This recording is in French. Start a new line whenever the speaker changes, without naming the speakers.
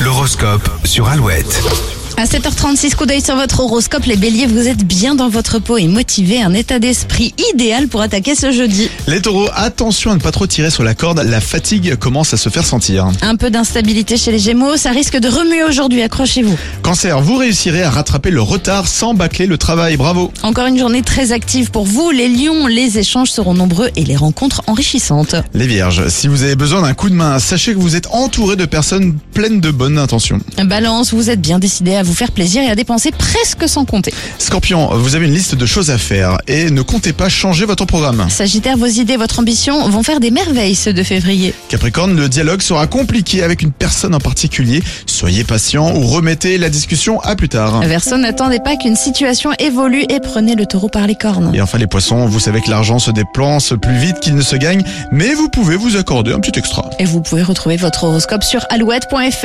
l'horoscope sur Alouette.
À 7h36, coup d'œil sur votre horoscope, les béliers, vous êtes bien dans votre peau et motivé, un état d'esprit idéal pour attaquer ce jeudi.
Les taureaux, attention à ne pas trop tirer sur la corde, la fatigue commence à se faire sentir.
Un peu d'instabilité chez les gémeaux, ça risque de remuer aujourd'hui, accrochez-vous.
Cancer, vous réussirez à rattraper le retard sans bâcler le travail, bravo.
Encore une journée très active pour vous, les lions, les échanges seront nombreux et les rencontres enrichissantes.
Les vierges, si vous avez besoin d'un coup de main, sachez que vous êtes entouré de personnes pleines de bonnes intentions.
Balance, vous êtes bien décidé à vous faire plaisir et à dépenser presque sans compter.
Scorpion, vous avez une liste de choses à faire et ne comptez pas changer votre programme.
Sagittaire, vos idées, votre ambition vont faire des merveilles ce 2 février.
Capricorne, le dialogue sera compliqué avec une personne en particulier, soyez patient ou remettez la discussion à plus tard.
Verseau, n'attendez pas qu'une situation évolue et prenez le taureau par les cornes.
Et enfin les poissons, vous savez que l'argent se dépense plus vite qu'il ne se gagne, mais vous pouvez vous accorder un petit extra.
Et vous pouvez retrouver votre horoscope sur alouette.fr.